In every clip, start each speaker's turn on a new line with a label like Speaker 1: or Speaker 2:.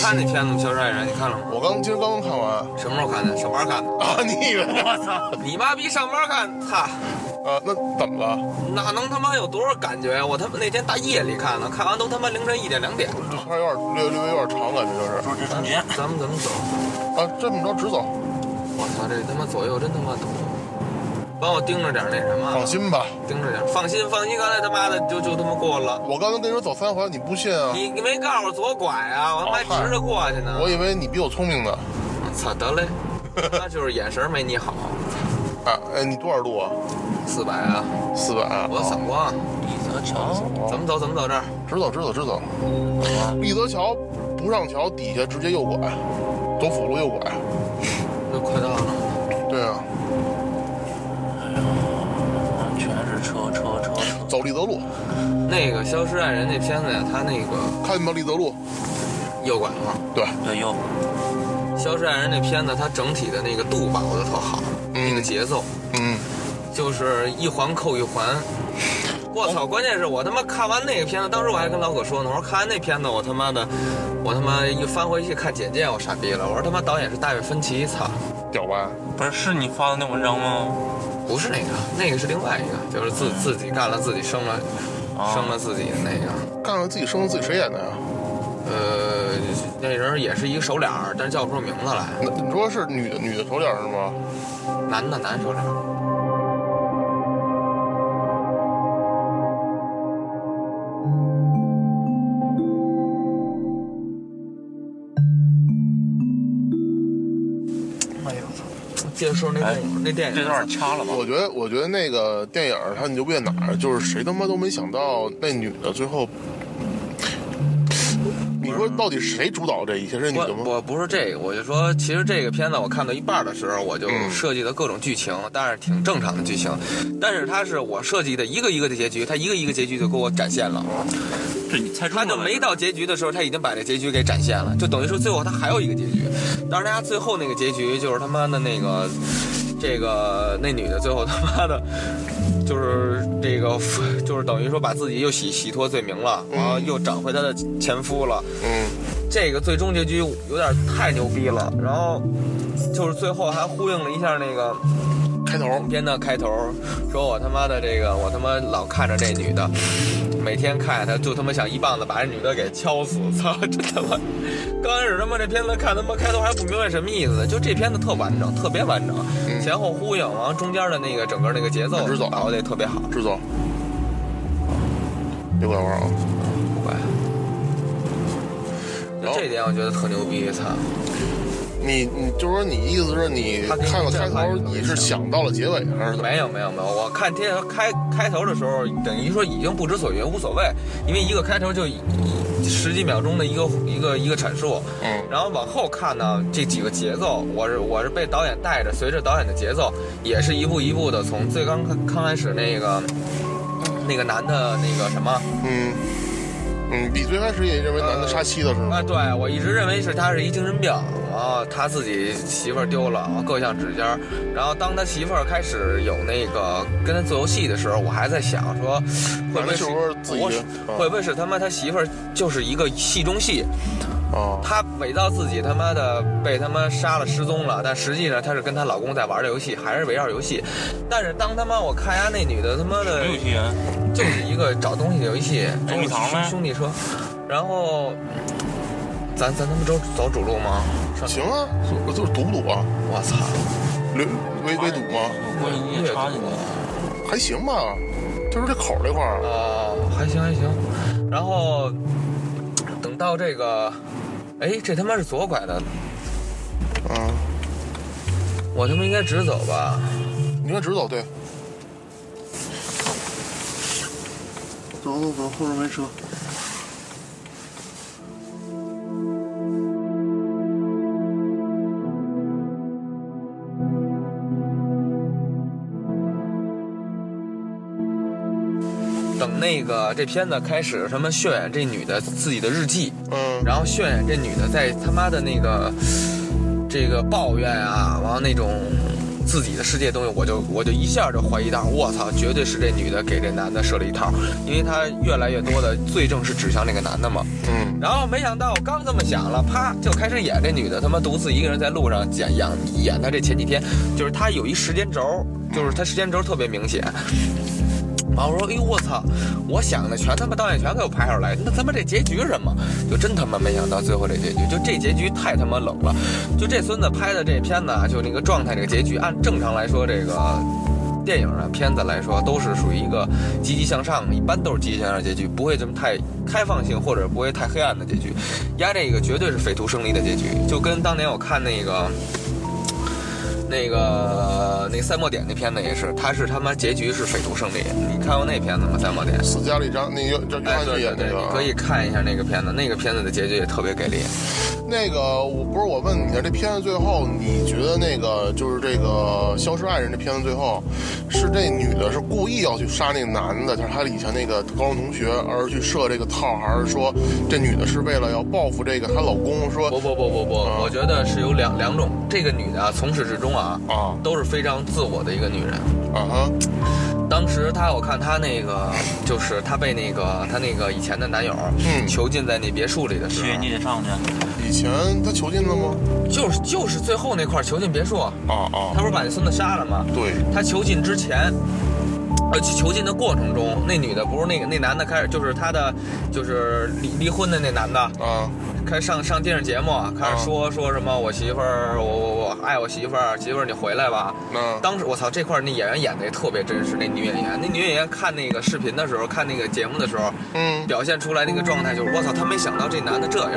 Speaker 1: 看那片子《消失爱人》，你看了吗？
Speaker 2: 我刚今儿刚看完
Speaker 1: 什么时候看的？上班看的。
Speaker 2: 啊！你以为 我操？
Speaker 1: 你妈逼上班看，操！
Speaker 2: 啊，那怎么了？
Speaker 1: 哪能他妈有多少感觉呀？我他妈那天大夜里看的，看完都他妈凌晨一点两点。
Speaker 2: 这片儿有点略略微有点长，感觉就是
Speaker 3: 说这当年
Speaker 1: 咱们怎么走？
Speaker 2: 啊，这么着直走，
Speaker 1: 我操，这他妈左右真他妈堵。帮我盯着点那什么，
Speaker 2: 放，心吧。
Speaker 1: 盯着点，放心放心。刚才他妈的就就他妈过了，
Speaker 2: 我刚才跟你说走三环，你不信啊？
Speaker 1: 你你没告诉我左拐啊，我他
Speaker 2: 哦
Speaker 1: 妈
Speaker 2: 嗨
Speaker 1: 直着过去呢。
Speaker 2: 我以为你比我聪明呢。
Speaker 1: 操得嘞，那就是眼神没你好，
Speaker 2: 啊，哎，你多少度啊？
Speaker 1: 四百啊，
Speaker 2: 四百啊。
Speaker 1: 我散光，
Speaker 3: 一则桥
Speaker 1: 怎么走怎么走这儿，
Speaker 2: 直走，直走，直走。立泽桥不上桥，底下直接右拐，走辅路右拐。
Speaker 1: 就快到了。
Speaker 2: 对啊，
Speaker 3: 全是车车车车，
Speaker 2: 走立泽路，
Speaker 1: 那个《消失爱人》那片子呀，他那个
Speaker 2: 看见没有？立泽路，
Speaker 1: 右拐吗？
Speaker 2: 对，
Speaker 3: 对右
Speaker 1: 《消失爱人》那片子，它整体的那个度把握的特好，那个
Speaker 2: 嗯
Speaker 1: 节奏
Speaker 2: 嗯，
Speaker 1: 就是一环扣一环。我操！关键是我他妈看完那个片子，当时我还跟老葛说呢，我说看完那片子，我他妈的，我他妈一翻回去看简介，我傻逼了，我说他妈导演是大卫芬奇，操！
Speaker 2: 屌吧？
Speaker 3: 不是是你发的那文章吗？
Speaker 1: 不是那个，那个是另外一个，就是自自己干了自己生了，
Speaker 3: 啊
Speaker 1: 生了自己的那个，
Speaker 2: 看看自己生的自己谁演的呀？
Speaker 1: 呃，那人也是一个手脸儿，但是叫不出名字来，
Speaker 2: 那你说是女的女的手脸是吗？
Speaker 1: 男的男手脸儿。
Speaker 3: 哎呦我
Speaker 1: 接着说那电影，那电
Speaker 3: 操，
Speaker 1: 影
Speaker 3: 哎这段掐了吧？
Speaker 2: 我觉得，我觉得那个电影儿它牛逼在哪儿？就是谁他妈都没想到，那女的最后，你说到底谁主导这一切？是女的
Speaker 1: 我
Speaker 2: 吗？
Speaker 1: 我不是这个，我就说，其实这个片子我看到一半的时候，我就
Speaker 2: 嗯
Speaker 1: 设计的各种剧情，当然挺正常的剧情，但是它是我设计的一个一个的结局，它一个一个结局就给我展现了，
Speaker 3: 这你猜中
Speaker 1: 他
Speaker 3: 了
Speaker 1: 就没到结局的时候，他已经把这结局给展现了，就等于说最后他还有一个结局，但是他最后那个结局就是他妈的那个，这个那女的最后他妈的，就是这个就是等于说把自己又洗洗脱罪名了，然后又找回她的前夫了，
Speaker 2: 嗯，
Speaker 1: 这个最终结局有点太牛逼了，然后就是最后还呼应了一下那个。
Speaker 2: 开头
Speaker 1: 影片的开头说：“我他妈的这个，我他妈老看着这女的，每天看着她，就他妈想一棒子把这女的给敲死。”操，真他妈！刚开始他妈这片子看他妈开头还不明白什么意思呢，就这片子特完整，特别完整，
Speaker 2: 嗯
Speaker 1: 前后呼应，然后中间的那个整个那个节奏
Speaker 2: 直走
Speaker 1: 把握的也特别好。
Speaker 2: 制造，别拐弯啊！
Speaker 1: 不管
Speaker 2: 然后
Speaker 1: 这点我觉得特牛逼，操！
Speaker 2: 你你就说你意思是你
Speaker 1: 他给你
Speaker 2: 看了
Speaker 1: 震
Speaker 2: 开头，
Speaker 1: 撼
Speaker 2: 你是想到了结尾还是怎么？
Speaker 1: 没有没有没有，我看天开开头的时候，等于说已经不知所云，无所谓，因为一个开头就一十几秒钟的一个一个一个阐述，
Speaker 2: 嗯
Speaker 1: 然后往后看呢，这几个节奏，我是我是被导演带着，随着导演的节奏，也是一步一步的从最刚刚开始那个那个男的那个什么，
Speaker 2: 嗯嗯，你最开始也认为男的杀妻的是吗？
Speaker 1: 啊，对我一直认为是他是一精神病，然后他自己媳妇儿丢了，然后各项指尖儿，然后当他媳妇儿开始有那个跟他做游戏的时候，我还在想说，会不
Speaker 2: 反正
Speaker 1: 会是
Speaker 2: 就是自己
Speaker 1: 我是
Speaker 2: 啊
Speaker 1: 会不会是他妈他媳妇儿就是一个戏中戏，
Speaker 2: 啊，
Speaker 1: 她伪造自己他妈的被他妈杀了失踪了，但实际呢，她是跟她老公在玩的游戏，还是围绕游戏。但是当他妈我看下那女的他妈的
Speaker 3: 没有戏啊，
Speaker 1: 就是一个找东西的游戏，哎
Speaker 3: 捉迷藏呗
Speaker 1: 兄弟车，然后咱咱他妈走走主路吗？上
Speaker 2: 行啊，就就是堵不堵啊？
Speaker 1: 我操，
Speaker 2: 围围围堵吗？
Speaker 3: 我一夜插进去，
Speaker 2: 还行吧，就是这口儿这块儿。
Speaker 1: 哦，还行还行。然后等到这个，哎，这他妈是左拐的，
Speaker 2: 嗯，
Speaker 1: 我他妈应该直走吧？
Speaker 2: 你应该直走，对。走走走，后面没车。
Speaker 1: 等那个这片子开始，他妈渲染这女的自己的日记，
Speaker 2: 嗯，
Speaker 1: 然后渲染这女的在他妈的那个这个抱怨啊，然后那种自己的世界东西，我就我就一下就怀疑到，我操，绝对是这女的给这男的设了一套，因为她越来越多的罪证是指向那个男的嘛。
Speaker 2: 嗯，
Speaker 1: 然后没想到我刚这么想了，啪就开始演这女的他妈独自一个人在路上演演演她这前几天，就是她有一时间轴，就是她时间轴特别明显。然后我说，哎呦我操！我想的全他妈导演全给我拍出来，那他妈这结局是什么？就真他妈没想到最后这结局，就这结局太他妈冷了。就这孙子拍的这片子啊，就那个状态，这个结局，按正常来说，这个电影啊片子来说，都是属于一个积极向上，一般都是积极向上结局，不会这么太开放性或者不会太黑暗的结局。压这个绝对是匪徒胜利的结局，就跟当年我看那个。那个那赛末点那片子也是，他是他妈结局是匪徒胜利。你看过那片子吗？赛末点。
Speaker 2: 斯嘉丽张那个张张
Speaker 1: 哎，
Speaker 2: 翰
Speaker 1: 对
Speaker 2: 去
Speaker 1: 对
Speaker 2: 演
Speaker 1: 对，
Speaker 2: 那
Speaker 1: 你可
Speaker 2: 个，
Speaker 1: 以看一下那个片子，那个片子的结局也特别给力。
Speaker 2: 那个我不是我问你一下，这片子最后你觉得那个就是这个《消失爱人》这片子最后是这女的是故意要去杀那个男的，就是她以前那个高中同学，而去设这个套，还是说这女的是为了要报复这个她老公说
Speaker 1: 不不不不不，
Speaker 2: 啊
Speaker 1: 我觉得是有两两种，这个女的啊，从始至终啊，
Speaker 2: 啊
Speaker 1: 都是非常自我的一个女人。
Speaker 2: 啊哈
Speaker 1: 当时她，我看她那个，就是她被那个她那个以前的男友
Speaker 2: 嗯
Speaker 1: 囚禁在那别墅里的时
Speaker 3: 去你
Speaker 1: 候，
Speaker 3: 得上去，
Speaker 2: 以前她囚禁了吗？
Speaker 1: 就是就是最后那块儿囚禁别墅，
Speaker 2: 啊啊
Speaker 1: 她，不是把那孙子杀了吗？
Speaker 2: 对，
Speaker 1: 他囚禁之前，呃，囚禁的过程中，那女的不是那个那男的开始就是他的，就是离离婚的那男的，
Speaker 2: 啊
Speaker 1: 开始上上电视节目，啊开始说、说什么我媳妇儿，我我我爱我媳妇儿，媳妇儿你回来吧。
Speaker 2: 那
Speaker 1: 当时我操，这块儿那演员演的也特别真实，那女演员，那女演员看那个视频的时候，看那个节目的时候，
Speaker 2: 嗯
Speaker 1: 表现出来那个状态就是我操，他没想到这男的这样，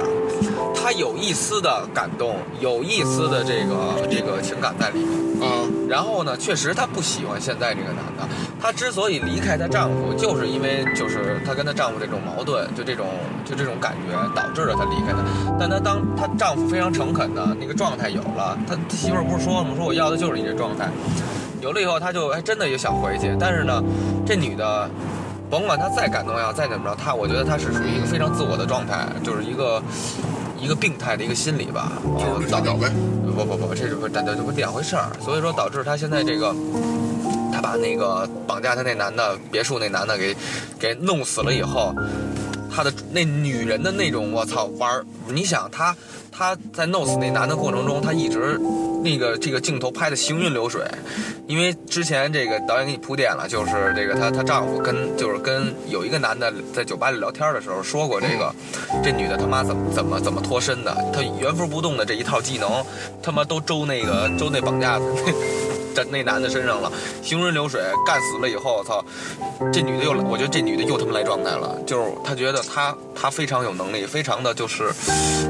Speaker 1: 他有一丝的感动，有一丝的这个这个情感在里面。
Speaker 2: 啊
Speaker 1: 然后呢，确实她不喜欢现在这个男的。她之所以离开她丈夫，就是因为就是她跟她丈夫这种矛盾，就这种就这种感觉导致了她离开他。但她当她丈夫非常诚恳的那个状态有了，她她媳妇儿不是说了吗？说我要的就是你这状态。有了以后，她就还真的也想回去，但是呢，这女的。甭管她再感动也好，再怎么着，她我觉得她是属于一个非常自我的状态，就是一个一个病态的一个心理吧。呃
Speaker 2: 就是绿茶
Speaker 1: 导
Speaker 2: 婊呗。
Speaker 1: 不不不，这是不这这不两回事儿，所以说导致他现在这个，他把那个绑架他那男的别墅那男的给给弄死了以后，他的那女人的那种我操玩儿，你想他他在弄死那男的过程中，他一直那个这个镜头拍的行云流水，因为之前这个导演给你铺垫了，就是这个她她丈夫跟就是跟有一个男的在酒吧里聊天的时候说过这个，这女的他妈怎么怎么怎么脱身的，她原封不动的这一套技能，他妈都周那个周那绑架的 那。在那男的身上了，行云流水，干死了以后，操，这女的又来，我觉得这女的又他妈来状态了，就是她觉得她她非常有能力，非常的就是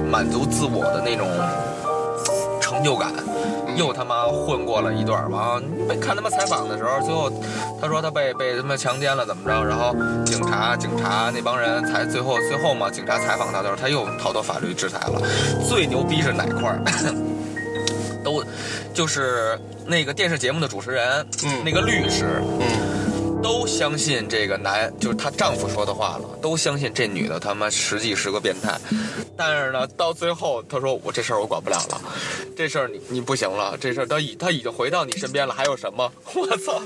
Speaker 1: 满足自我的那种成就感，又他妈混过了一段儿，完了被看他妈采访的时候，最后他说他被被他妈强奸了怎么着，然后警察警察那帮人才最后最后嘛，警察采访他的时候，他又逃脱法律制裁了。 最牛逼是哪块儿？ 都就是那个电视节目的主持人，
Speaker 2: 嗯
Speaker 1: 那个律师，
Speaker 2: 嗯
Speaker 1: 都相信这个男，就是她丈夫说的话了，都相信这女的他妈实际是个变态。但是呢，到最后她说我这事儿我管不了了，这事儿你你不行了，这事儿她已她已经回到你身边了，还有什么？ 我操，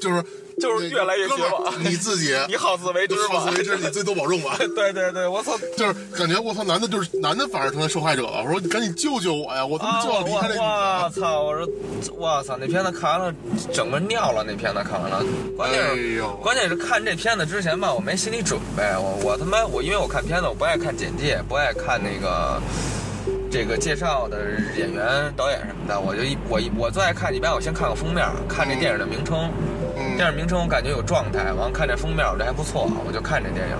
Speaker 2: 就是
Speaker 1: 就是越来越
Speaker 2: 哥
Speaker 1: 绝
Speaker 2: 们儿
Speaker 1: 望。
Speaker 2: 你自己
Speaker 1: 你好自为之吧
Speaker 2: 好。自为之，你最多保重吧。
Speaker 1: 对对对，我操！
Speaker 2: 就是感觉我操，男的就是男的反而成了受害者了。我说你赶紧救救我呀！我他妈
Speaker 1: 啊！
Speaker 2: 就要离开这女
Speaker 1: 我我
Speaker 2: 的。
Speaker 1: 操！我说，我操！那片子看完了，整个尿了。那片子看完了，关键
Speaker 2: 哎
Speaker 1: 是、
Speaker 2: 呦，
Speaker 1: 关键是看这片子之前吧，我没心理准备，我我他妈我因为我看片子，我不爱看简介，不爱看那个这个介绍的演员、导演什么的，我就一我一我最爱看一般我先看个封面，看这电影的名称，电
Speaker 2: 嗯，
Speaker 1: 影名称我感觉有状态，完了看这封面，我这还不错，我就看这电影，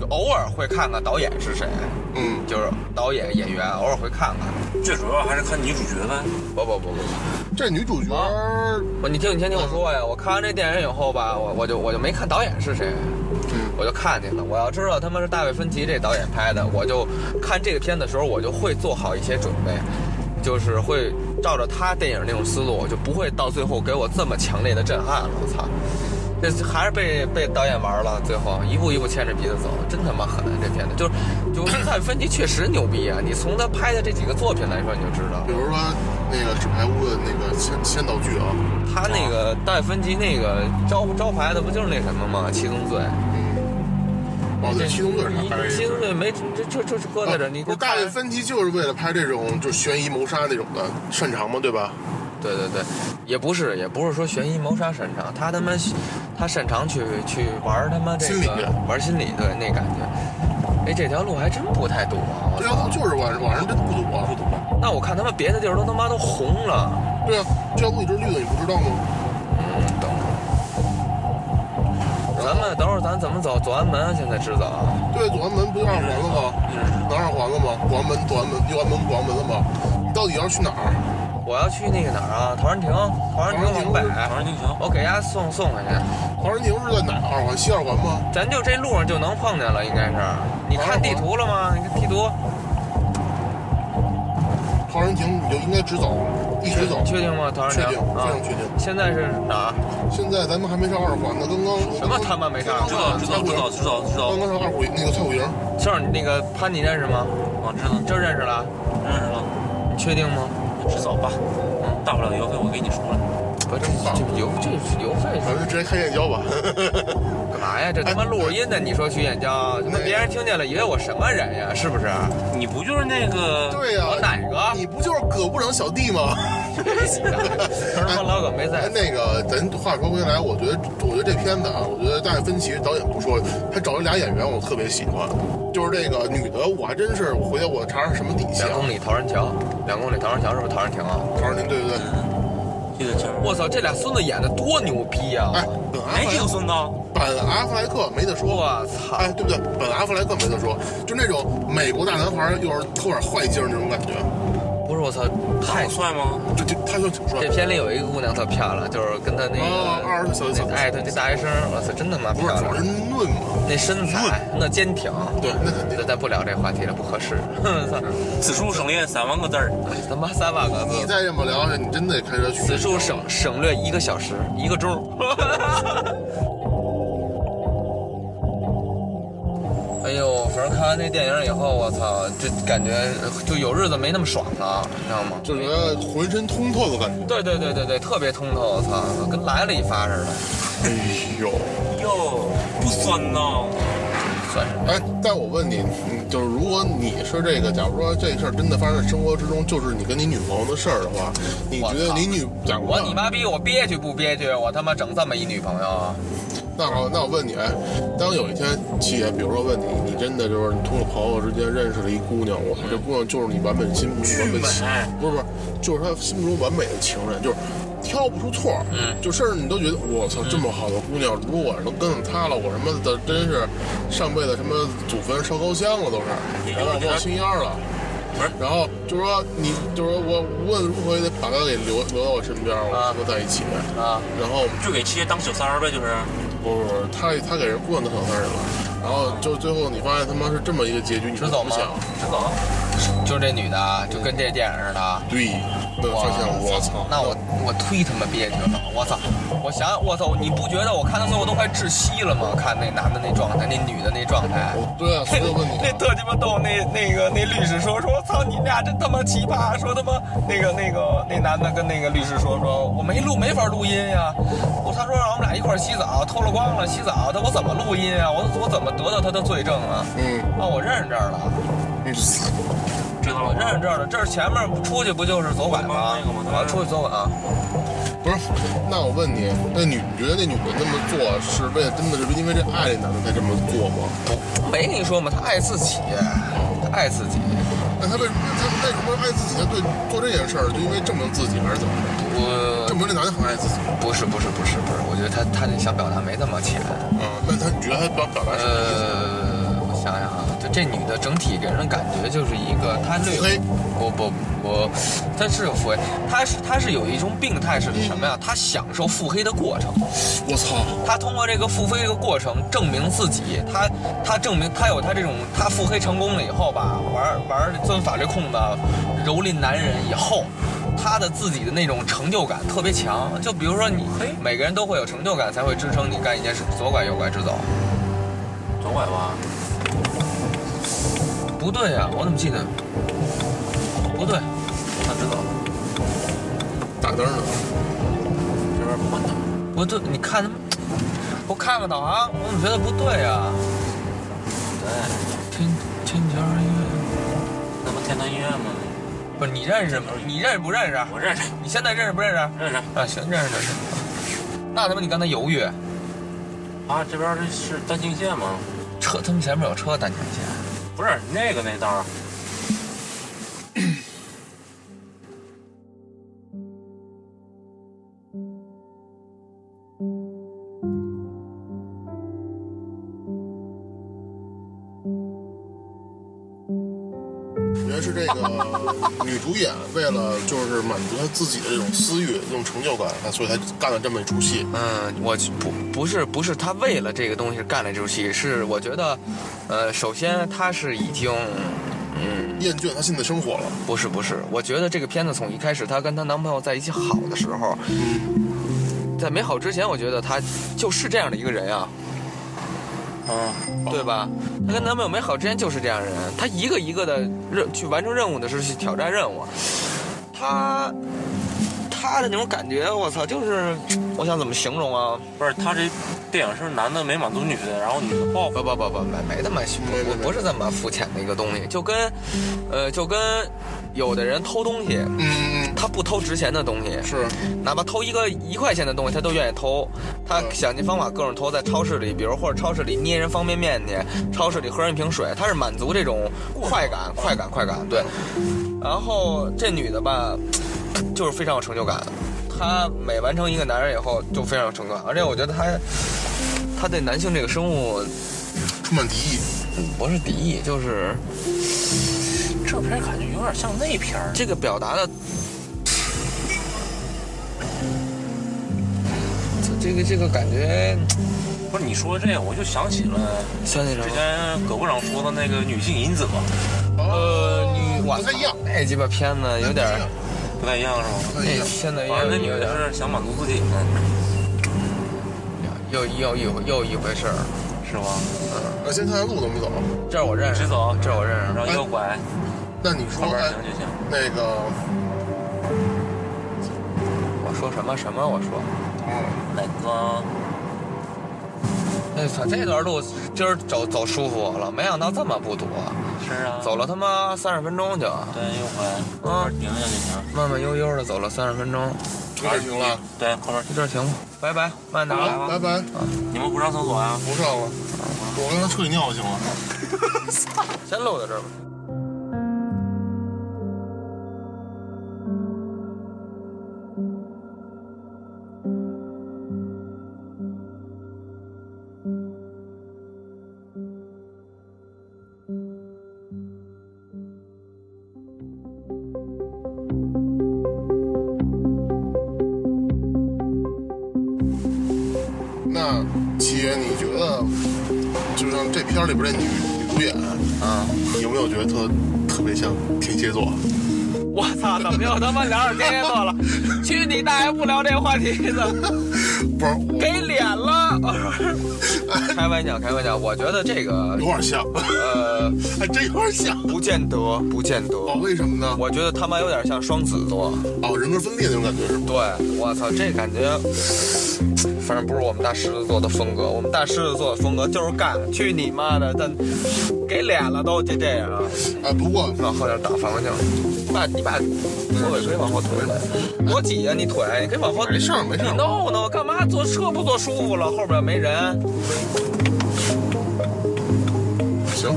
Speaker 1: 就偶尔会看看导演是谁，
Speaker 2: 嗯，
Speaker 1: 就是导演演员，偶尔会看看。
Speaker 3: 最主要还是看女主角呗。
Speaker 1: 不不不不不。
Speaker 2: 这女主角
Speaker 1: 我你听你先听我说呀，我看完这电影以后吧，我我就我就没看导演是谁，我就看见了。我要知道他妈是大卫芬奇这导演拍的，我就看这个片的时候，我就会做好一些准备，就是会照着他电影那种思路，我就不会到最后给我这么强烈的震撼了。我操！这还是被被导演玩了，最后一步一步牵着鼻子走，真他妈狠！啊这片子就是，就斯坦 芬奇确实牛逼啊！你从他拍的这几个作品来说，你就知道
Speaker 2: 比，如说那个纸牌屋的那个先先导剧啊，
Speaker 1: 他那个导演芬奇那个招招牌的不就是那什么吗？七宗罪。
Speaker 2: 哦对，七宗罪是他拍的
Speaker 1: 你
Speaker 2: 也是。
Speaker 1: 七宗罪没这这这这搁在这儿，你
Speaker 2: 不是大卫芬奇就是为了拍这种就是悬疑谋杀那种的擅长嘛，对吧？
Speaker 1: 对对对，也不是，也不是说悬疑谋杀擅长，他他妈他擅长去去玩他妈这
Speaker 2: 心理
Speaker 1: 个玩心理，对那感觉。哎，这条路还真不太堵啊！我
Speaker 2: 这
Speaker 1: 操
Speaker 2: 要不，就是晚上晚上真不堵啊，不堵。
Speaker 1: 那我看他们别的地儿都他妈都红了。
Speaker 2: 对啊，这要不一直绿的，你不知道吗？
Speaker 1: 嗯，等会儿，咱们等会儿咱怎么走？左安门现在知道啊？
Speaker 2: 对，左安门不就二环了吗？南二环了吗？广安门、左安门、右安门、广安门了吗？你到底要去哪儿？
Speaker 1: 我要去那个哪儿啊？陶然亭，陶然亭往北，
Speaker 3: 反正挺行。
Speaker 1: 我给家送送回去。
Speaker 2: 华人亭是在哪儿？二环、西二环吗？
Speaker 1: 咱就这路上就能碰见了，应该是。你看地图了吗？你看地图，
Speaker 2: 华人亭你就应该直走，一直走
Speaker 1: 你。确定吗？陶然
Speaker 2: 确定，
Speaker 1: 亭
Speaker 2: 非
Speaker 1: 啊，
Speaker 2: 常确定。
Speaker 1: 现在是哪儿？
Speaker 2: 现在咱们还没上二环呢，刚刚
Speaker 1: 什么他妈没上
Speaker 3: 知道知道知道知道知道
Speaker 2: 刚刚上二虎那个蔡虎营，
Speaker 1: 就是那个潘，你认识吗？
Speaker 3: 啊，知道
Speaker 1: 这认识了，
Speaker 3: 认识了，
Speaker 1: 你确定吗？
Speaker 3: 直走吧，大不了邮费我给你出来。
Speaker 1: 不是，这这邮这是邮费
Speaker 2: 咱
Speaker 1: 是
Speaker 2: 们直接开燕郊吧。
Speaker 1: 干嘛呀？这
Speaker 2: 哎
Speaker 1: 他妈录着音呢，你说去燕郊，他妈别人听见了以为我什么人呀？是不是？
Speaker 2: 哎
Speaker 3: 你不就是那个？
Speaker 2: 对呀、
Speaker 1: 我哪个？
Speaker 2: 你不就是葛部长小弟吗？
Speaker 1: 他说老葛没
Speaker 2: 哎，
Speaker 1: 在，
Speaker 2: 那个，咱话说回来，我觉得，我觉得这片子啊，我觉得大卫芬奇导演不说，他找了俩演员，我特别喜欢，就是这个女的，我还真是，我回头我查查什么底细
Speaker 1: 两
Speaker 2: 啊。
Speaker 1: 公里陶然桥，两公里陶然桥是不是陶然亭啊？
Speaker 2: 我告诉您，对不对？
Speaker 3: 这个叫
Speaker 1: 我操，这俩孙子演的多牛逼呀！
Speaker 2: 哎，本阿
Speaker 3: 没
Speaker 2: 弗
Speaker 3: 听
Speaker 2: 莱
Speaker 3: 孙子，
Speaker 2: 本阿弗莱克没得说，
Speaker 1: 我操！
Speaker 2: 哎，对不对？本阿弗莱克没得说，就那种美国大男孩，又是透点坏劲儿那种感觉，
Speaker 1: 不是我操，太
Speaker 3: 帅吗？
Speaker 2: 就就他就挺帅
Speaker 1: 这。片里有一个姑娘特漂亮，就是跟她那
Speaker 2: 哦
Speaker 1: 个
Speaker 2: 啊二十岁小
Speaker 1: 那哎对那大学生，我操，真他妈
Speaker 2: 不是，
Speaker 1: 漂
Speaker 2: 主要
Speaker 1: 亮
Speaker 2: 是，嫩嘛。
Speaker 1: 那身材那坚挺。
Speaker 2: 对，那肯定。
Speaker 1: 咱咱不聊这话题了，不合适。 操，
Speaker 3: 此处省略三万个字儿。
Speaker 1: 他妈三万个
Speaker 2: 你
Speaker 1: 字，
Speaker 2: 再这么聊下去，你真得开车去。
Speaker 1: 此处省省略一个小时，一个钟。 哎呦，反正看完那电影以后，我操，就感觉就有日子没那么爽了，你知道吗？
Speaker 2: 就觉得浑身通透的感觉。
Speaker 1: 对对对对对，特别通透，我操，跟来了一发似的，
Speaker 2: 哎呦，
Speaker 3: 哟，不酸呐。
Speaker 1: 算是。
Speaker 2: 哎，但我问你，嗯就是如果你是这个，假如说这事儿真的发生在生活之中，就是你跟你女朋友的事儿的话，你觉得你女啊假如
Speaker 1: 我你妈逼我憋屈不憋屈？我他妈整这么一女朋友，
Speaker 2: 那好，那我问你，哎，当有一天七爷，比如说问你，你真的就是你通过朋友之间认识了一姑娘，我操，这姑娘就是你完美心目中完美情，不是不是，就是她心目中完美的情人，就是挑不出错，嗯，就嗯甚至你都觉得我操这么好的姑娘，如果我能跟上她了，我什么的真是上辈子什么祖坟烧高香了都是，然后我心烟了。然后就说你，就说我无论如何也得把她给留留到我身边，我们在一起。
Speaker 1: 啊，
Speaker 2: 然后
Speaker 3: 就给七爷当小三儿呗，就是。
Speaker 2: 不不不，他他给人惯的小三儿了，然后就最后你发现他妈是这么一个结局，你
Speaker 1: 直
Speaker 2: 说怎
Speaker 1: 走
Speaker 2: 么
Speaker 1: 吗
Speaker 2: 想？？
Speaker 1: 直走。就这女的啊，就跟这电影似的啊。
Speaker 2: 对，那
Speaker 1: 哇
Speaker 2: 发现我操，
Speaker 1: 那我我忒他妈憋屈了，我操！我想我操，你不觉得我看到最后都快窒息了吗？看那男的那状态，那女的那状态。
Speaker 2: 我对啊，所以我问你
Speaker 1: 那
Speaker 2: 啊，
Speaker 1: 特鸡巴逗，那那个那律师说说，操你俩真他妈奇葩！说他妈那个那个那男的跟那个律师说说，我没录没法录音呀、我他说让我们俩一块儿洗澡，脱了光了洗澡，他我怎么录音啊？我我怎么得到他的罪证啊？
Speaker 2: 嗯，
Speaker 1: 啊，我认识这儿了，
Speaker 2: 嗯
Speaker 3: 知道
Speaker 1: 我
Speaker 3: 了。
Speaker 1: 认识这儿了，这儿前面出去不就是左拐吗？
Speaker 3: 那个吗
Speaker 1: 我要出去左拐啊。
Speaker 2: 不是，那我问你，那女你觉得那女的那么做是为了真的是因为这爱这男的才这么做吗？
Speaker 1: 没跟你说吗？他爱自己，他爱自己。
Speaker 2: 那他为什么他为什么爱自己？他对做这件事儿，就因为证明自己还是怎么着？
Speaker 1: 我
Speaker 2: 证明这男的很爱自己
Speaker 1: 不是不是不是不是，我觉得他他想表达没那么浅。
Speaker 2: 啊？那他你觉得他表表达什么意思？
Speaker 1: 呃，我想想啊，就这女的整体给人的感觉就是一个，她略
Speaker 2: 腹黑
Speaker 1: 不不不，她是有腹黑，她是她是有一种病态是什么呀？她享受腹黑的过程，
Speaker 2: 我操！
Speaker 1: 她通过这个腹黑的过程证明自己，她她证明她有她这种她腹黑成功了以后吧，玩玩钻法律空子，蹂躏男人以后，他的自己的那种成就感特别强。就比如说你
Speaker 3: 嘿，
Speaker 1: 每个人都会有成就感，才会支撑你干一件事，左拐右拐直走。
Speaker 3: 左拐吧，
Speaker 1: 不对呀、我怎么记得？不对，
Speaker 3: 那知道了，
Speaker 2: 打灯呢。
Speaker 3: 这边不管他。
Speaker 1: 不对，你看他们，我看看导航，我怎么觉得不对啊？
Speaker 3: 对，
Speaker 1: 天天桥医院，
Speaker 3: 那不天坛医院吗？
Speaker 1: 不是你认识吗？你认识不认识啊？
Speaker 3: 我认识，
Speaker 1: 你现在认识不认识啊？
Speaker 3: 认识
Speaker 1: 啊，行，认识认识。那他妈你刚才犹豫，
Speaker 3: 啊，这边这是丹青县吗？
Speaker 1: 车他们前面有车，丹青县。
Speaker 3: 不是那个那道儿，
Speaker 2: 原是这个女主演为了就是满足她自己的这种私欲、这种成就感，所以才干了这么一出戏。
Speaker 1: 嗯，我去不不是不是他为了这个东西干了这出戏，是我觉得，呃，首先他是已经，嗯，
Speaker 2: 厌倦她现在生活了，
Speaker 1: 不是不是，我觉得这个片子从一开始她跟她男朋友在一起好的时候，在没好之前，我觉得她就是这样的一个人啊，
Speaker 3: 嗯，
Speaker 1: 对吧？她跟男朋友没好之前就是这样的人，她一个一个的任去完成任务的时候去挑战任务，她她的那种感觉，我操，就是我想怎么形容啊？
Speaker 3: 不是他这电影是男的没满足女的，然后女的报复。
Speaker 1: 不不不不，没没那么虚，
Speaker 2: 没
Speaker 1: 不
Speaker 2: 没
Speaker 1: 不是这么肤浅的一个东西，就跟，呃，就跟有的人偷东西，
Speaker 2: 嗯，
Speaker 1: 他不偷值钱的东西，
Speaker 2: 是，
Speaker 1: 哪怕偷一个一块钱的东西，他都愿意偷，他
Speaker 2: 嗯
Speaker 1: 想尽方法各种偷，在超市里，比如或者超市里捏人方便面去，超市里喝人一瓶水，他是满足这种快感、快感、快感，对。然后这女的吧，就是非常有成就感，她每完成一个男人以后就非常有成就感，而且我觉得她，她对男性这个生物
Speaker 2: 充满敌意。
Speaker 1: 不是敌意，就是
Speaker 3: 这片儿感觉有点像那片儿，
Speaker 1: 这个表达的，这这个这个感觉
Speaker 3: 不是你说这个，我就想起了
Speaker 1: 像那种
Speaker 3: 之前葛部长说的那个女性引子嘛，
Speaker 1: 呃女
Speaker 2: 不太一样，
Speaker 1: 那鸡巴片子有点儿
Speaker 3: 不太一样是吗？
Speaker 2: 不太一
Speaker 1: 那
Speaker 2: 样。
Speaker 1: 现在
Speaker 3: 反正
Speaker 1: 又
Speaker 3: 那女
Speaker 1: 有点儿
Speaker 3: 的是想满足自己嘛，
Speaker 1: 又又又又一回事儿。
Speaker 3: 是吗？
Speaker 2: 那先看看路怎么走。
Speaker 1: 这儿我认识，
Speaker 3: 直走
Speaker 1: 这儿我认
Speaker 3: 然
Speaker 1: 识。
Speaker 3: 后右拐，
Speaker 2: 那你说
Speaker 3: 旁，边
Speaker 2: 哎
Speaker 3: 停就行。
Speaker 2: 那个，
Speaker 1: 我说什么什么？我说，
Speaker 3: 哪个？
Speaker 1: 哎操，这段路今儿走走舒服我了，没想到这么不堵，
Speaker 3: 是啊，
Speaker 1: 走了他妈三十分钟就，
Speaker 3: 对，右拐，
Speaker 1: 啊
Speaker 3: 旁边停下就行。
Speaker 1: 慢慢悠悠的走了三十分钟。
Speaker 2: 哪儿行了？
Speaker 3: 对，后面
Speaker 1: 就这儿停吧，拜拜，慢点啊。
Speaker 3: 好
Speaker 2: 拜拜，
Speaker 3: 你们不上厕所啊？
Speaker 2: 不上了。我刚才彻底尿就行了。
Speaker 1: 先露到这儿吧。
Speaker 2: 那七爷，你觉得，就像这片儿里边这女女主演，
Speaker 1: 啊！
Speaker 2: 有没有觉得特特别像天蝎座？
Speaker 1: 我操，怎么又他妈聊上天蝎 座了？去你大爷！不聊这个话题了。
Speaker 2: 不是，我
Speaker 1: 给脸了。 开玩笑，开玩笑，我觉得这个
Speaker 2: 有点像，
Speaker 1: 呃，
Speaker 2: 还真有点像。
Speaker 1: 不见得，不见得。
Speaker 2: 哦，为什么呢？
Speaker 1: 我觉得他妈有点像双子座，
Speaker 2: 哦，人格分裂那种感觉是吗？
Speaker 1: 对我操，这感觉，反正不是我们大狮子座的风格。我们大狮子座的风格就是干，去你妈的！但给脸了都就这样，
Speaker 2: 哎，不过
Speaker 1: 往后点打反光镜。你把你把左腿可以往后推推，多挤呀、你腿，你可以往后。
Speaker 2: 没事儿没事
Speaker 1: 你
Speaker 2: 儿
Speaker 1: 弄呢？我干嘛坐车不坐舒服了？后边没人，
Speaker 2: 行。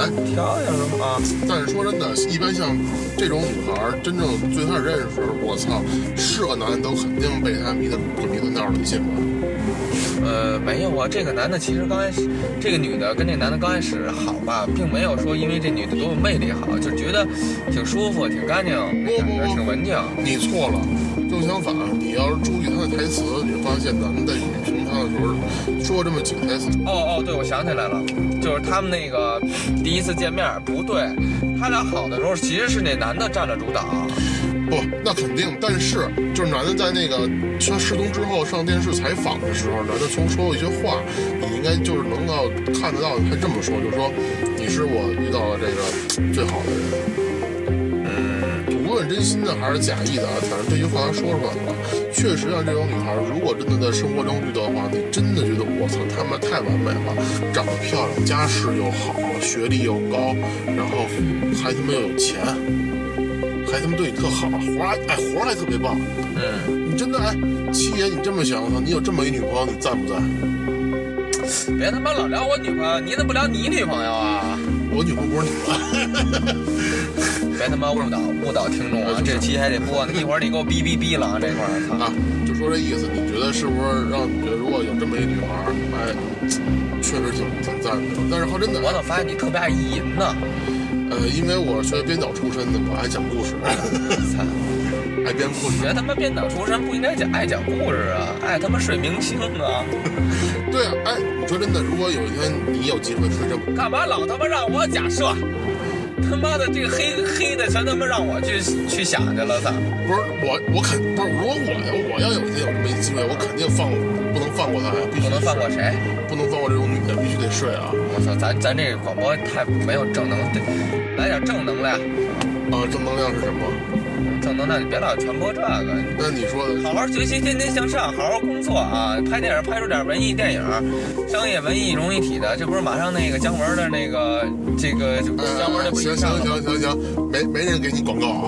Speaker 2: 哎，
Speaker 1: 调一下什么啊？
Speaker 2: 但是说真的，一般像这种女孩儿，真正最开始认识的时候，我操，是个男的都肯定被她迷得滚迷得闹的，你信吗？
Speaker 1: 呃，没有啊，这个男的其实刚开始，这个女的跟这男的刚开始好吧，并没有说因为这女的多有魅力好，就觉得挺舒服、挺干净，
Speaker 2: 不
Speaker 1: 感觉
Speaker 2: 不
Speaker 1: 挺文静。
Speaker 2: 你错了，正相反，你要是注意她的台词，你会发现男的评她的时候说这么几个台词，
Speaker 1: 哦哦，对，我想起来了，就是他们那个第一次见面，不对，他俩好的时候其实是那男的占了主导，
Speaker 2: 不，那肯定。但是，就是男的在那个他失踪之后上电视采访的时候，男的从说过一些话，你应该就是能够看得到。他这么说，就是说你是我遇到了这个最好的人。无论真心的还是假意的啊，反正这句话他说出来了。啊确实，像这种女孩，如果真的在生活中遇到的话，你真的觉得我操，他妈太完美了，长得漂亮，家世又好，学历又高，然后还他妈又有钱，还他妈对你特好，活儿还哎活儿还特别棒。
Speaker 1: 嗯，
Speaker 2: 你真的哎，七爷，你这么想，我操，你有这么一女朋友，你赞不赞？
Speaker 1: 别他妈老聊我女朋友，你怎么不聊你女朋友啊？
Speaker 2: 我女朋友不是你
Speaker 1: 别他妈误导误导听众啊！这期还得播呢，一会儿你给我哔哔哔了啊！这块儿，
Speaker 2: 吗？
Speaker 1: 操
Speaker 2: 啊，就说这意思，你觉得是不是让你觉得如果有这么一女孩儿，哎，确实挺挺赞的。但是说真的，哎
Speaker 1: 我怎么发现你特别爱意淫呢？
Speaker 2: 呃，因为我是学编导出身的嘛，爱讲故 事，
Speaker 1: 操！
Speaker 2: 爱编故
Speaker 1: 觉
Speaker 2: 事。
Speaker 1: 得他妈编导出身不应该讲爱讲故事啊，爱他妈睡明星啊，
Speaker 2: 对啊，哎，你说真的，如果有一天你有机会睡这么，
Speaker 1: 干嘛老他妈让我假设？他妈的，这个黑黑的全他妈让我去去想去了，操！
Speaker 2: 不是我，我肯不是，如果我要我要有一天有这么一机会，我肯定放不能放过她呀，必须
Speaker 1: 不能放过谁？
Speaker 2: 不能放过这种女的，必须得睡啊
Speaker 1: 我操，咱咱这个广播太没有正能，得来点正能量。
Speaker 2: 啊！正能量是什么？
Speaker 1: 正能量，你别老传播这个，
Speaker 2: 那你说的
Speaker 1: 好好学习，天天向上，好好工作啊！拍电影拍出点文艺电影，商业文艺融一体的，这不是马上那个姜文的那个这个姜文那不
Speaker 2: 哎行行
Speaker 1: 也上了吗？
Speaker 2: 行行行，没没人给你广告啊，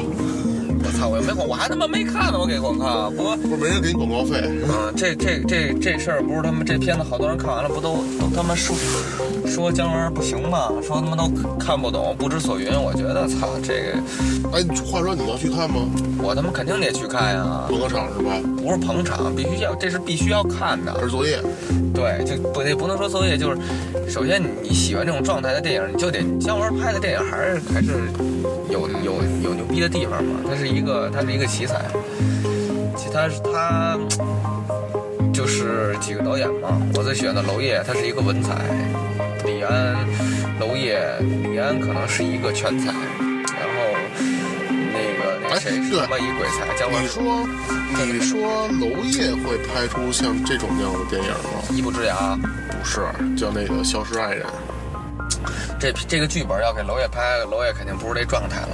Speaker 1: 我操，我又没广，我还他妈没看呢，我给广告。不过，
Speaker 2: 不是没人给你广告费。
Speaker 1: 嗯，这这这这事儿不是他们这片子好多人看完了不都都他妈说说姜文不行吗？说他妈都看不懂，不知所云。我觉得操，这个
Speaker 2: 哎，话说你要去看吗？
Speaker 1: 我他妈肯定得去看呀、
Speaker 2: 广告场是吧？
Speaker 1: 不是捧场，必须要，这是必须要看的。
Speaker 2: 还是作业？
Speaker 1: 对，就不得不能说作业，就是首先你喜欢这种状态的电影，你就得姜文拍的电影还是还是有有有牛逼的地方嘛，他是一个他是一个奇才，其他是他就是几个导演嘛，我最喜欢的娄烨，他是一个文采，李安、娄烨、李安可能是一个全才，然后那个那
Speaker 2: 哎
Speaker 1: 谁是
Speaker 2: 对
Speaker 1: 他妈一鬼才，姜文
Speaker 2: 你说，你说娄烨会拍出像这种样的电影吗？
Speaker 1: 一步之遥。
Speaker 2: 不是，叫那个《消失爱 人》。
Speaker 1: 这这个剧本要给娄烨拍，娄烨肯定不是这状态了。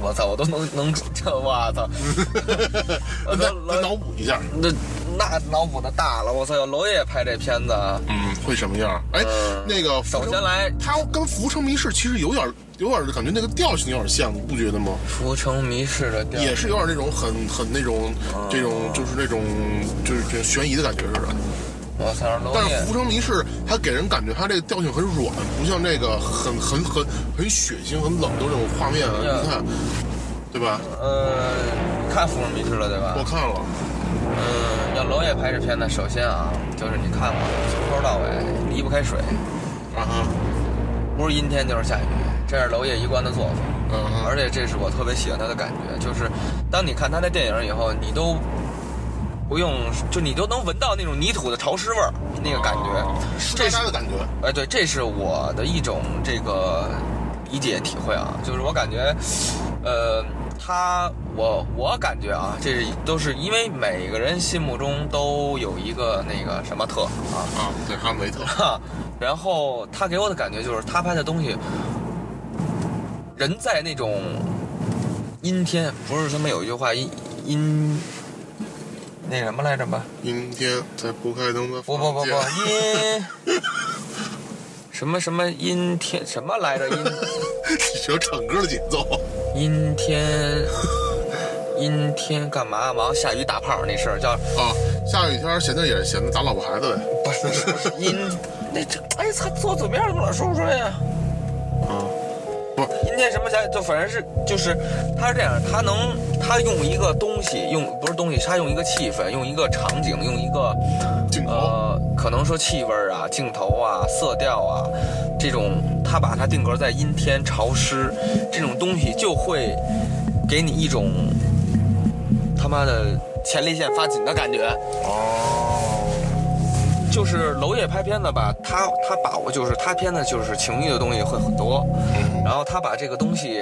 Speaker 1: 我操，我都能能 这，我 操，
Speaker 2: 那再脑补一下，
Speaker 1: 那那脑补的大了，我操，要娄烨拍这片子，啊
Speaker 2: 嗯，会什么样？哎，
Speaker 1: 嗯
Speaker 2: 那个《浮
Speaker 1: 首
Speaker 2: 生
Speaker 1: 先来《
Speaker 2: 他跟《浮城谜事》其实有点有点感觉那个调性有点像，你不觉得吗？
Speaker 1: 浮城迷事》的调
Speaker 2: 也是有点那种很很那种
Speaker 1: 啊
Speaker 2: 这种就是那种就是这悬疑的感觉似的。
Speaker 1: 哦我操，娄
Speaker 2: 但是
Speaker 1: 烨
Speaker 2: 《浮城谜事》它给人感觉它这个调性很软，不像这个很很很很血腥、很冷的那种画面啊，
Speaker 1: 呀
Speaker 2: 你看，对吧？
Speaker 1: 呃，你看《浮城迷事》了对
Speaker 2: 我
Speaker 1: 吧？
Speaker 2: 看了，
Speaker 1: 嗯，要娄烨拍这片子，首先啊，就是你看吧，从头到尾离不开水，
Speaker 2: 啊哈，
Speaker 1: 不是阴天就是下雨，这是娄烨一贯的作风。
Speaker 2: 嗯哼，
Speaker 1: 而且这是我特别喜欢他的感觉，就是当你看他的电影以后，你都不用，就你都能闻到那种泥土的潮湿味儿，那个感觉。
Speaker 2: 湿
Speaker 1: 这
Speaker 2: 哒
Speaker 1: 是
Speaker 2: 哒的感觉。啊
Speaker 1: 哎，对，这是我的一种这个理解体会啊，就是我感觉，呃，他我我感觉啊，这是都是因为每个人心目中都有一个那个什么特啊，
Speaker 2: 啊，对，哈姆雷特，
Speaker 1: 哈， 然后他给我的感觉就是他拍的东西，人在那种阴天，不是他们有一句话阴阴那什么来着吧？
Speaker 2: 阴天在不开灯的
Speaker 1: 不
Speaker 2: 房
Speaker 1: 不不不
Speaker 2: 间，
Speaker 1: 阴。什么什么阴天什么来着阴
Speaker 2: 你学唱歌的节奏。
Speaker 1: 阴天阴天干嘛？完了下雨打炮那事儿叫
Speaker 2: 啊，下雨天儿闲着也是闲着，打老婆孩子呗。
Speaker 1: 不是不是阴那这哎操坐左边怎么老说不出来呀、
Speaker 2: 啊，
Speaker 1: 阴天什么想就反正是就是他是这样，他能他用一个东西用不是东西，他用一个气氛，用一个场景，用一个
Speaker 2: 镜头、
Speaker 1: 呃可能说气味啊、镜头啊、色调啊这种，他把它定格在阴天、潮湿这种东西，就会给你一种他妈的前列腺发紧的感觉。
Speaker 2: 哦，
Speaker 1: 就是娄烨拍片子吧，他他
Speaker 2: 嗯
Speaker 1: 把握就是他片子就是情欲的东西会很多，然后他把这个东西，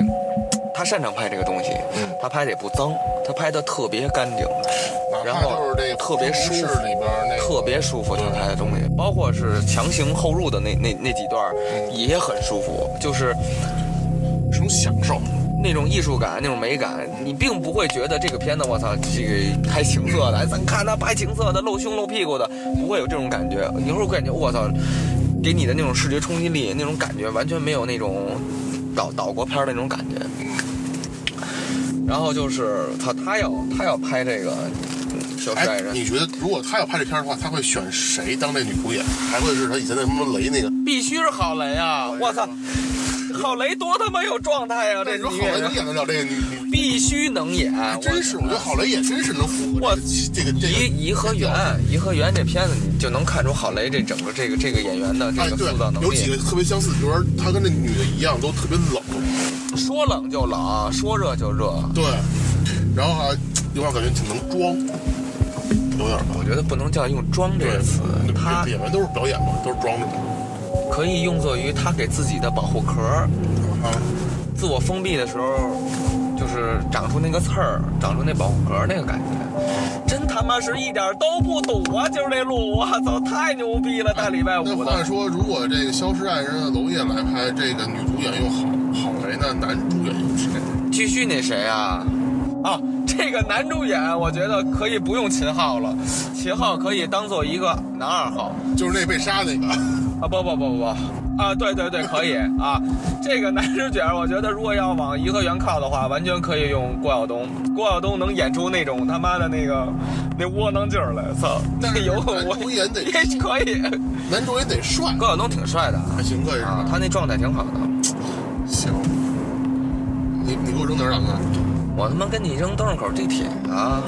Speaker 1: 他擅长拍这个东西，他拍的也不脏，他拍的特别干净，
Speaker 2: 哪
Speaker 1: 然
Speaker 2: 怕
Speaker 1: 后
Speaker 2: 就是这个
Speaker 1: 特别舒
Speaker 2: 室
Speaker 1: 服
Speaker 2: 里边儿那个
Speaker 1: 特别舒服，就是他的东西，包括是强行后入的那那那几段儿也很舒服，就是
Speaker 2: 是种享受。
Speaker 1: 那种艺术感、那种美感，你并不会觉得这个片子我操，这个拍情色的，哎咱看他拍情色的，露胸露屁股的，不会有这种感觉。你会感觉我操，给你的那种视觉冲击力、那种感觉，完全没有那种 岛岛国片儿的那种感觉。然后就是他他要他要拍这个嗯小帅
Speaker 2: 哎，
Speaker 1: 人，
Speaker 2: 你觉得如果他要拍这片儿的话，他会选谁当这女主演？还会是他以前的什么雷那个？
Speaker 1: 必须是郝雷啊！我操，郝雷多他妈有状态啊！这
Speaker 2: 那你说
Speaker 1: 女
Speaker 2: 郝
Speaker 1: 演
Speaker 2: 雷能
Speaker 1: 员
Speaker 2: 演得了这个女女？
Speaker 1: 必须能演，
Speaker 2: 还真是，我觉得郝雷也真是能符合
Speaker 1: 我
Speaker 2: 这个这个这个。
Speaker 1: 颐颐和园，颐和园这片子你就能看出郝雷这整个这个这个演员的
Speaker 2: 哎，
Speaker 1: 这个
Speaker 2: 对
Speaker 1: 塑造，能
Speaker 2: 有几
Speaker 1: 力。
Speaker 2: 个特别相似，比如说他跟那女的一样，都特别冷。
Speaker 1: 说冷就冷，说热就热，
Speaker 2: 对，然后还有点感觉挺能装，有点吧。
Speaker 1: 我觉得不能叫用“装”这个词，
Speaker 2: 嗯
Speaker 1: 他
Speaker 2: 演员都是表演嘛，都是装的。
Speaker 1: 可以用作于他给自己的保护壳儿，
Speaker 2: 啊，
Speaker 1: 自我封闭的时候，就是长出那个刺儿，长出那保护壳儿那个感觉，真他妈是一点儿都不堵啊！就是这路，我操，太牛逼了！大礼拜
Speaker 2: 那
Speaker 1: 五
Speaker 2: 话
Speaker 1: 的，
Speaker 2: 说，如果这个《消失爱人》的娄烨来拍这个女主演用郝郝雷，那男主演用谁？
Speaker 1: 继续那谁啊？啊，这个男主演我觉得可以不用秦昊了，秦昊可以当做一个男二号
Speaker 2: 就是那被杀那个。
Speaker 1: 啊！不不不不不啊！对对对，可以啊！这个男主角我觉得如果要往颐和园靠的话，完全可以用郭晓东，郭晓东能演出那种他妈的那个那窝囊劲儿来，操！
Speaker 2: 但是
Speaker 1: 有我
Speaker 2: 男主演得
Speaker 1: 也可以，
Speaker 2: 男主演得帅，
Speaker 1: 郭晓东挺帅的
Speaker 2: 还行可以是
Speaker 1: 啊，
Speaker 2: 吧？
Speaker 1: 他那状态挺好的。
Speaker 2: 行。你你给我扔哪儿两个？
Speaker 1: 我他妈跟你扔东市口地铁啊！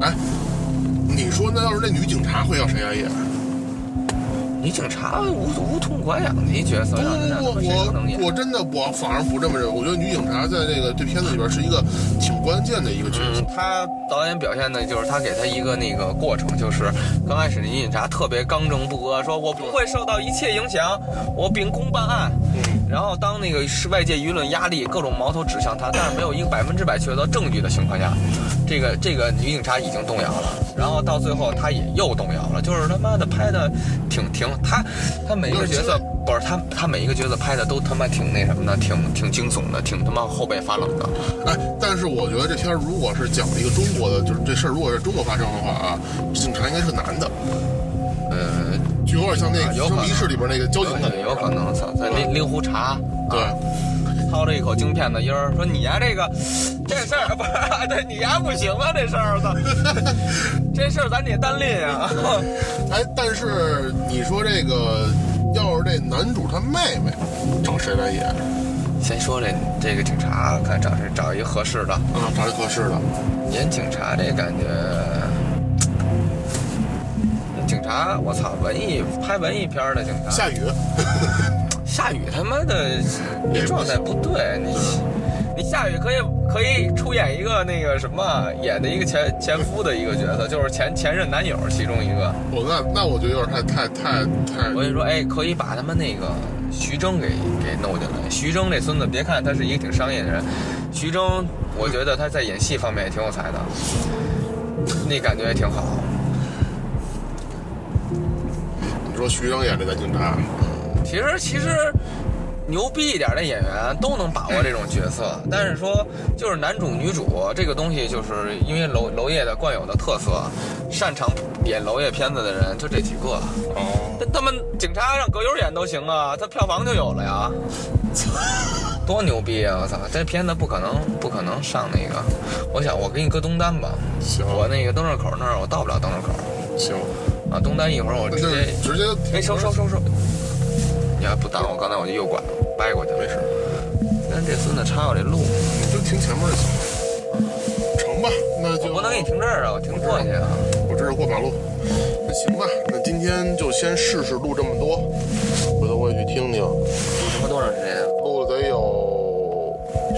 Speaker 2: 哎，你说那要是那女警察会要谁啊来演？
Speaker 1: 你警察无无痛快痒的一角色，
Speaker 2: 不
Speaker 1: 让人家
Speaker 2: 不
Speaker 1: 他妈
Speaker 2: 不，
Speaker 1: 谁都能演
Speaker 2: 我。我真的我反而不这么认为。我觉得女警察在这个这片子里边是一个挺关键的一个角色。
Speaker 1: 嗯，他导演表现的就是他给他一个那个过程，就是刚开始那警察特别刚正不阿，说我不会受到一切影响，我秉公办案。
Speaker 2: 嗯
Speaker 1: 然后当那个是外界舆论压力，各种矛头指向他，但是没有一个百分之百确凿证据的情况下，这个这个女警察已经动摇了。然后到最后，她也又动摇了，就是他妈的拍的挺挺，她她每一个角色不是她她每一个角色拍的都他妈挺那什么的，挺挺惊悚的，挺他妈后背发冷的。
Speaker 2: 哎，但是我觉得这片儿如果是讲了一个中国的，就是这事儿如果是中国发生的话啊，警察应该是男的，
Speaker 1: 呃，
Speaker 2: 就有点像那
Speaker 1: 啊
Speaker 2: 个《
Speaker 1: 有
Speaker 2: 生
Speaker 1: 可能
Speaker 2: 命仪式》里边那个交警感觉。
Speaker 1: 有可能，操，在拎拎壶茶，
Speaker 2: 对，
Speaker 1: 啊掏了一口京片子音儿，说你呀、这个 这事儿不 是，对你呀、不行啊，这事儿， 操，这事儿咱得单拎啊。
Speaker 2: 哎，但是你说这个，要是这男主他妹妹找谁来演？
Speaker 1: 先说这这个警察，看找谁找一个合适的。
Speaker 2: 啊，找谁合适的？
Speaker 1: 演警察这感觉，警察，我操，文艺拍文艺片儿的警察，
Speaker 2: 夏雨，
Speaker 1: 下雨他妈的，你状态不对，你你下雨可以可以出演一个那个什么演的一个前前夫的一个角色，就是前前任男友其中一个。
Speaker 2: 我那那我觉得有点太太太太
Speaker 1: 我跟你说，哎，可以把他们那个徐峥给给弄进来。徐峥这孙子，别看他是一个挺商业的人，徐峥我觉得他在演戏方面也挺有才的，那感觉也挺好。
Speaker 2: 你说徐峥演这男警察，嗯
Speaker 1: 其实其实牛逼一点的演员都能把握这种角色，但是说就是男主女主这个东西，就是因为娄娄烨的惯有的特色，擅长演娄烨片子的人就这几个。
Speaker 2: 哦，
Speaker 1: 但他们警察让葛优演都行啊，他票房就有 了呀。多牛逼啊！我操，这片子不可能不可能上那个。我想我给你搁东单吧，
Speaker 2: 行
Speaker 1: 我那个灯市口那儿我到不了灯市口
Speaker 2: 行，
Speaker 1: 啊，东单一会儿我
Speaker 2: 那
Speaker 1: 直
Speaker 2: 就
Speaker 1: 接
Speaker 2: 直接
Speaker 1: 哎，收收收收！你还不挡我，刚才我就右拐掰过去了。
Speaker 2: 没事，
Speaker 1: 但这孙子插我这路，
Speaker 2: 你就停前面就行了。成吧，那
Speaker 1: 我
Speaker 2: 就
Speaker 1: 不能给你停这儿啊，我停过去啊。
Speaker 2: 我这是过马路。那行吧，那今天就先试试录这么多，回头我也去听听。
Speaker 1: 他妈多长时间啊？
Speaker 2: 录了得有，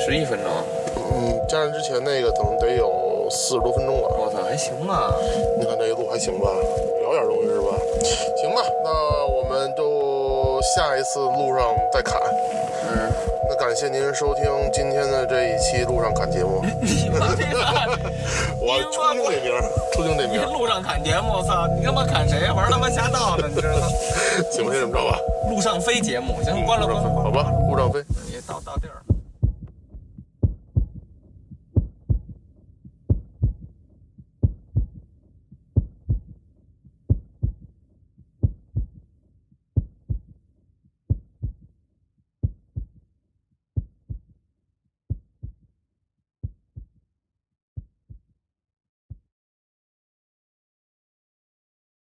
Speaker 1: 十一分钟。
Speaker 2: 嗯，加上之前那个，可能得有四十多分钟了。
Speaker 1: 我操，还行啊。
Speaker 2: 你看这一路还行吧，聊点东西是吧？行吧，那我们就下一次路上再砍。
Speaker 1: 嗯，
Speaker 2: 那感谢您收听今天的这一期路上砍节目，
Speaker 1: 你妈逼的！
Speaker 2: 我出清这名儿，出清这
Speaker 1: 你
Speaker 2: 名儿，
Speaker 1: 路上砍节目，我操！你他妈砍谁？玩他妈侠盗呢？你知道吗？
Speaker 2: 行吧，先这么着吧，
Speaker 1: 路上飞节目，行，
Speaker 2: 嗯
Speaker 1: 关了
Speaker 2: 路
Speaker 1: 关
Speaker 2: 上
Speaker 1: 了，
Speaker 2: 飞，
Speaker 1: 关了
Speaker 2: 好吧，路上飞。
Speaker 1: 别倒。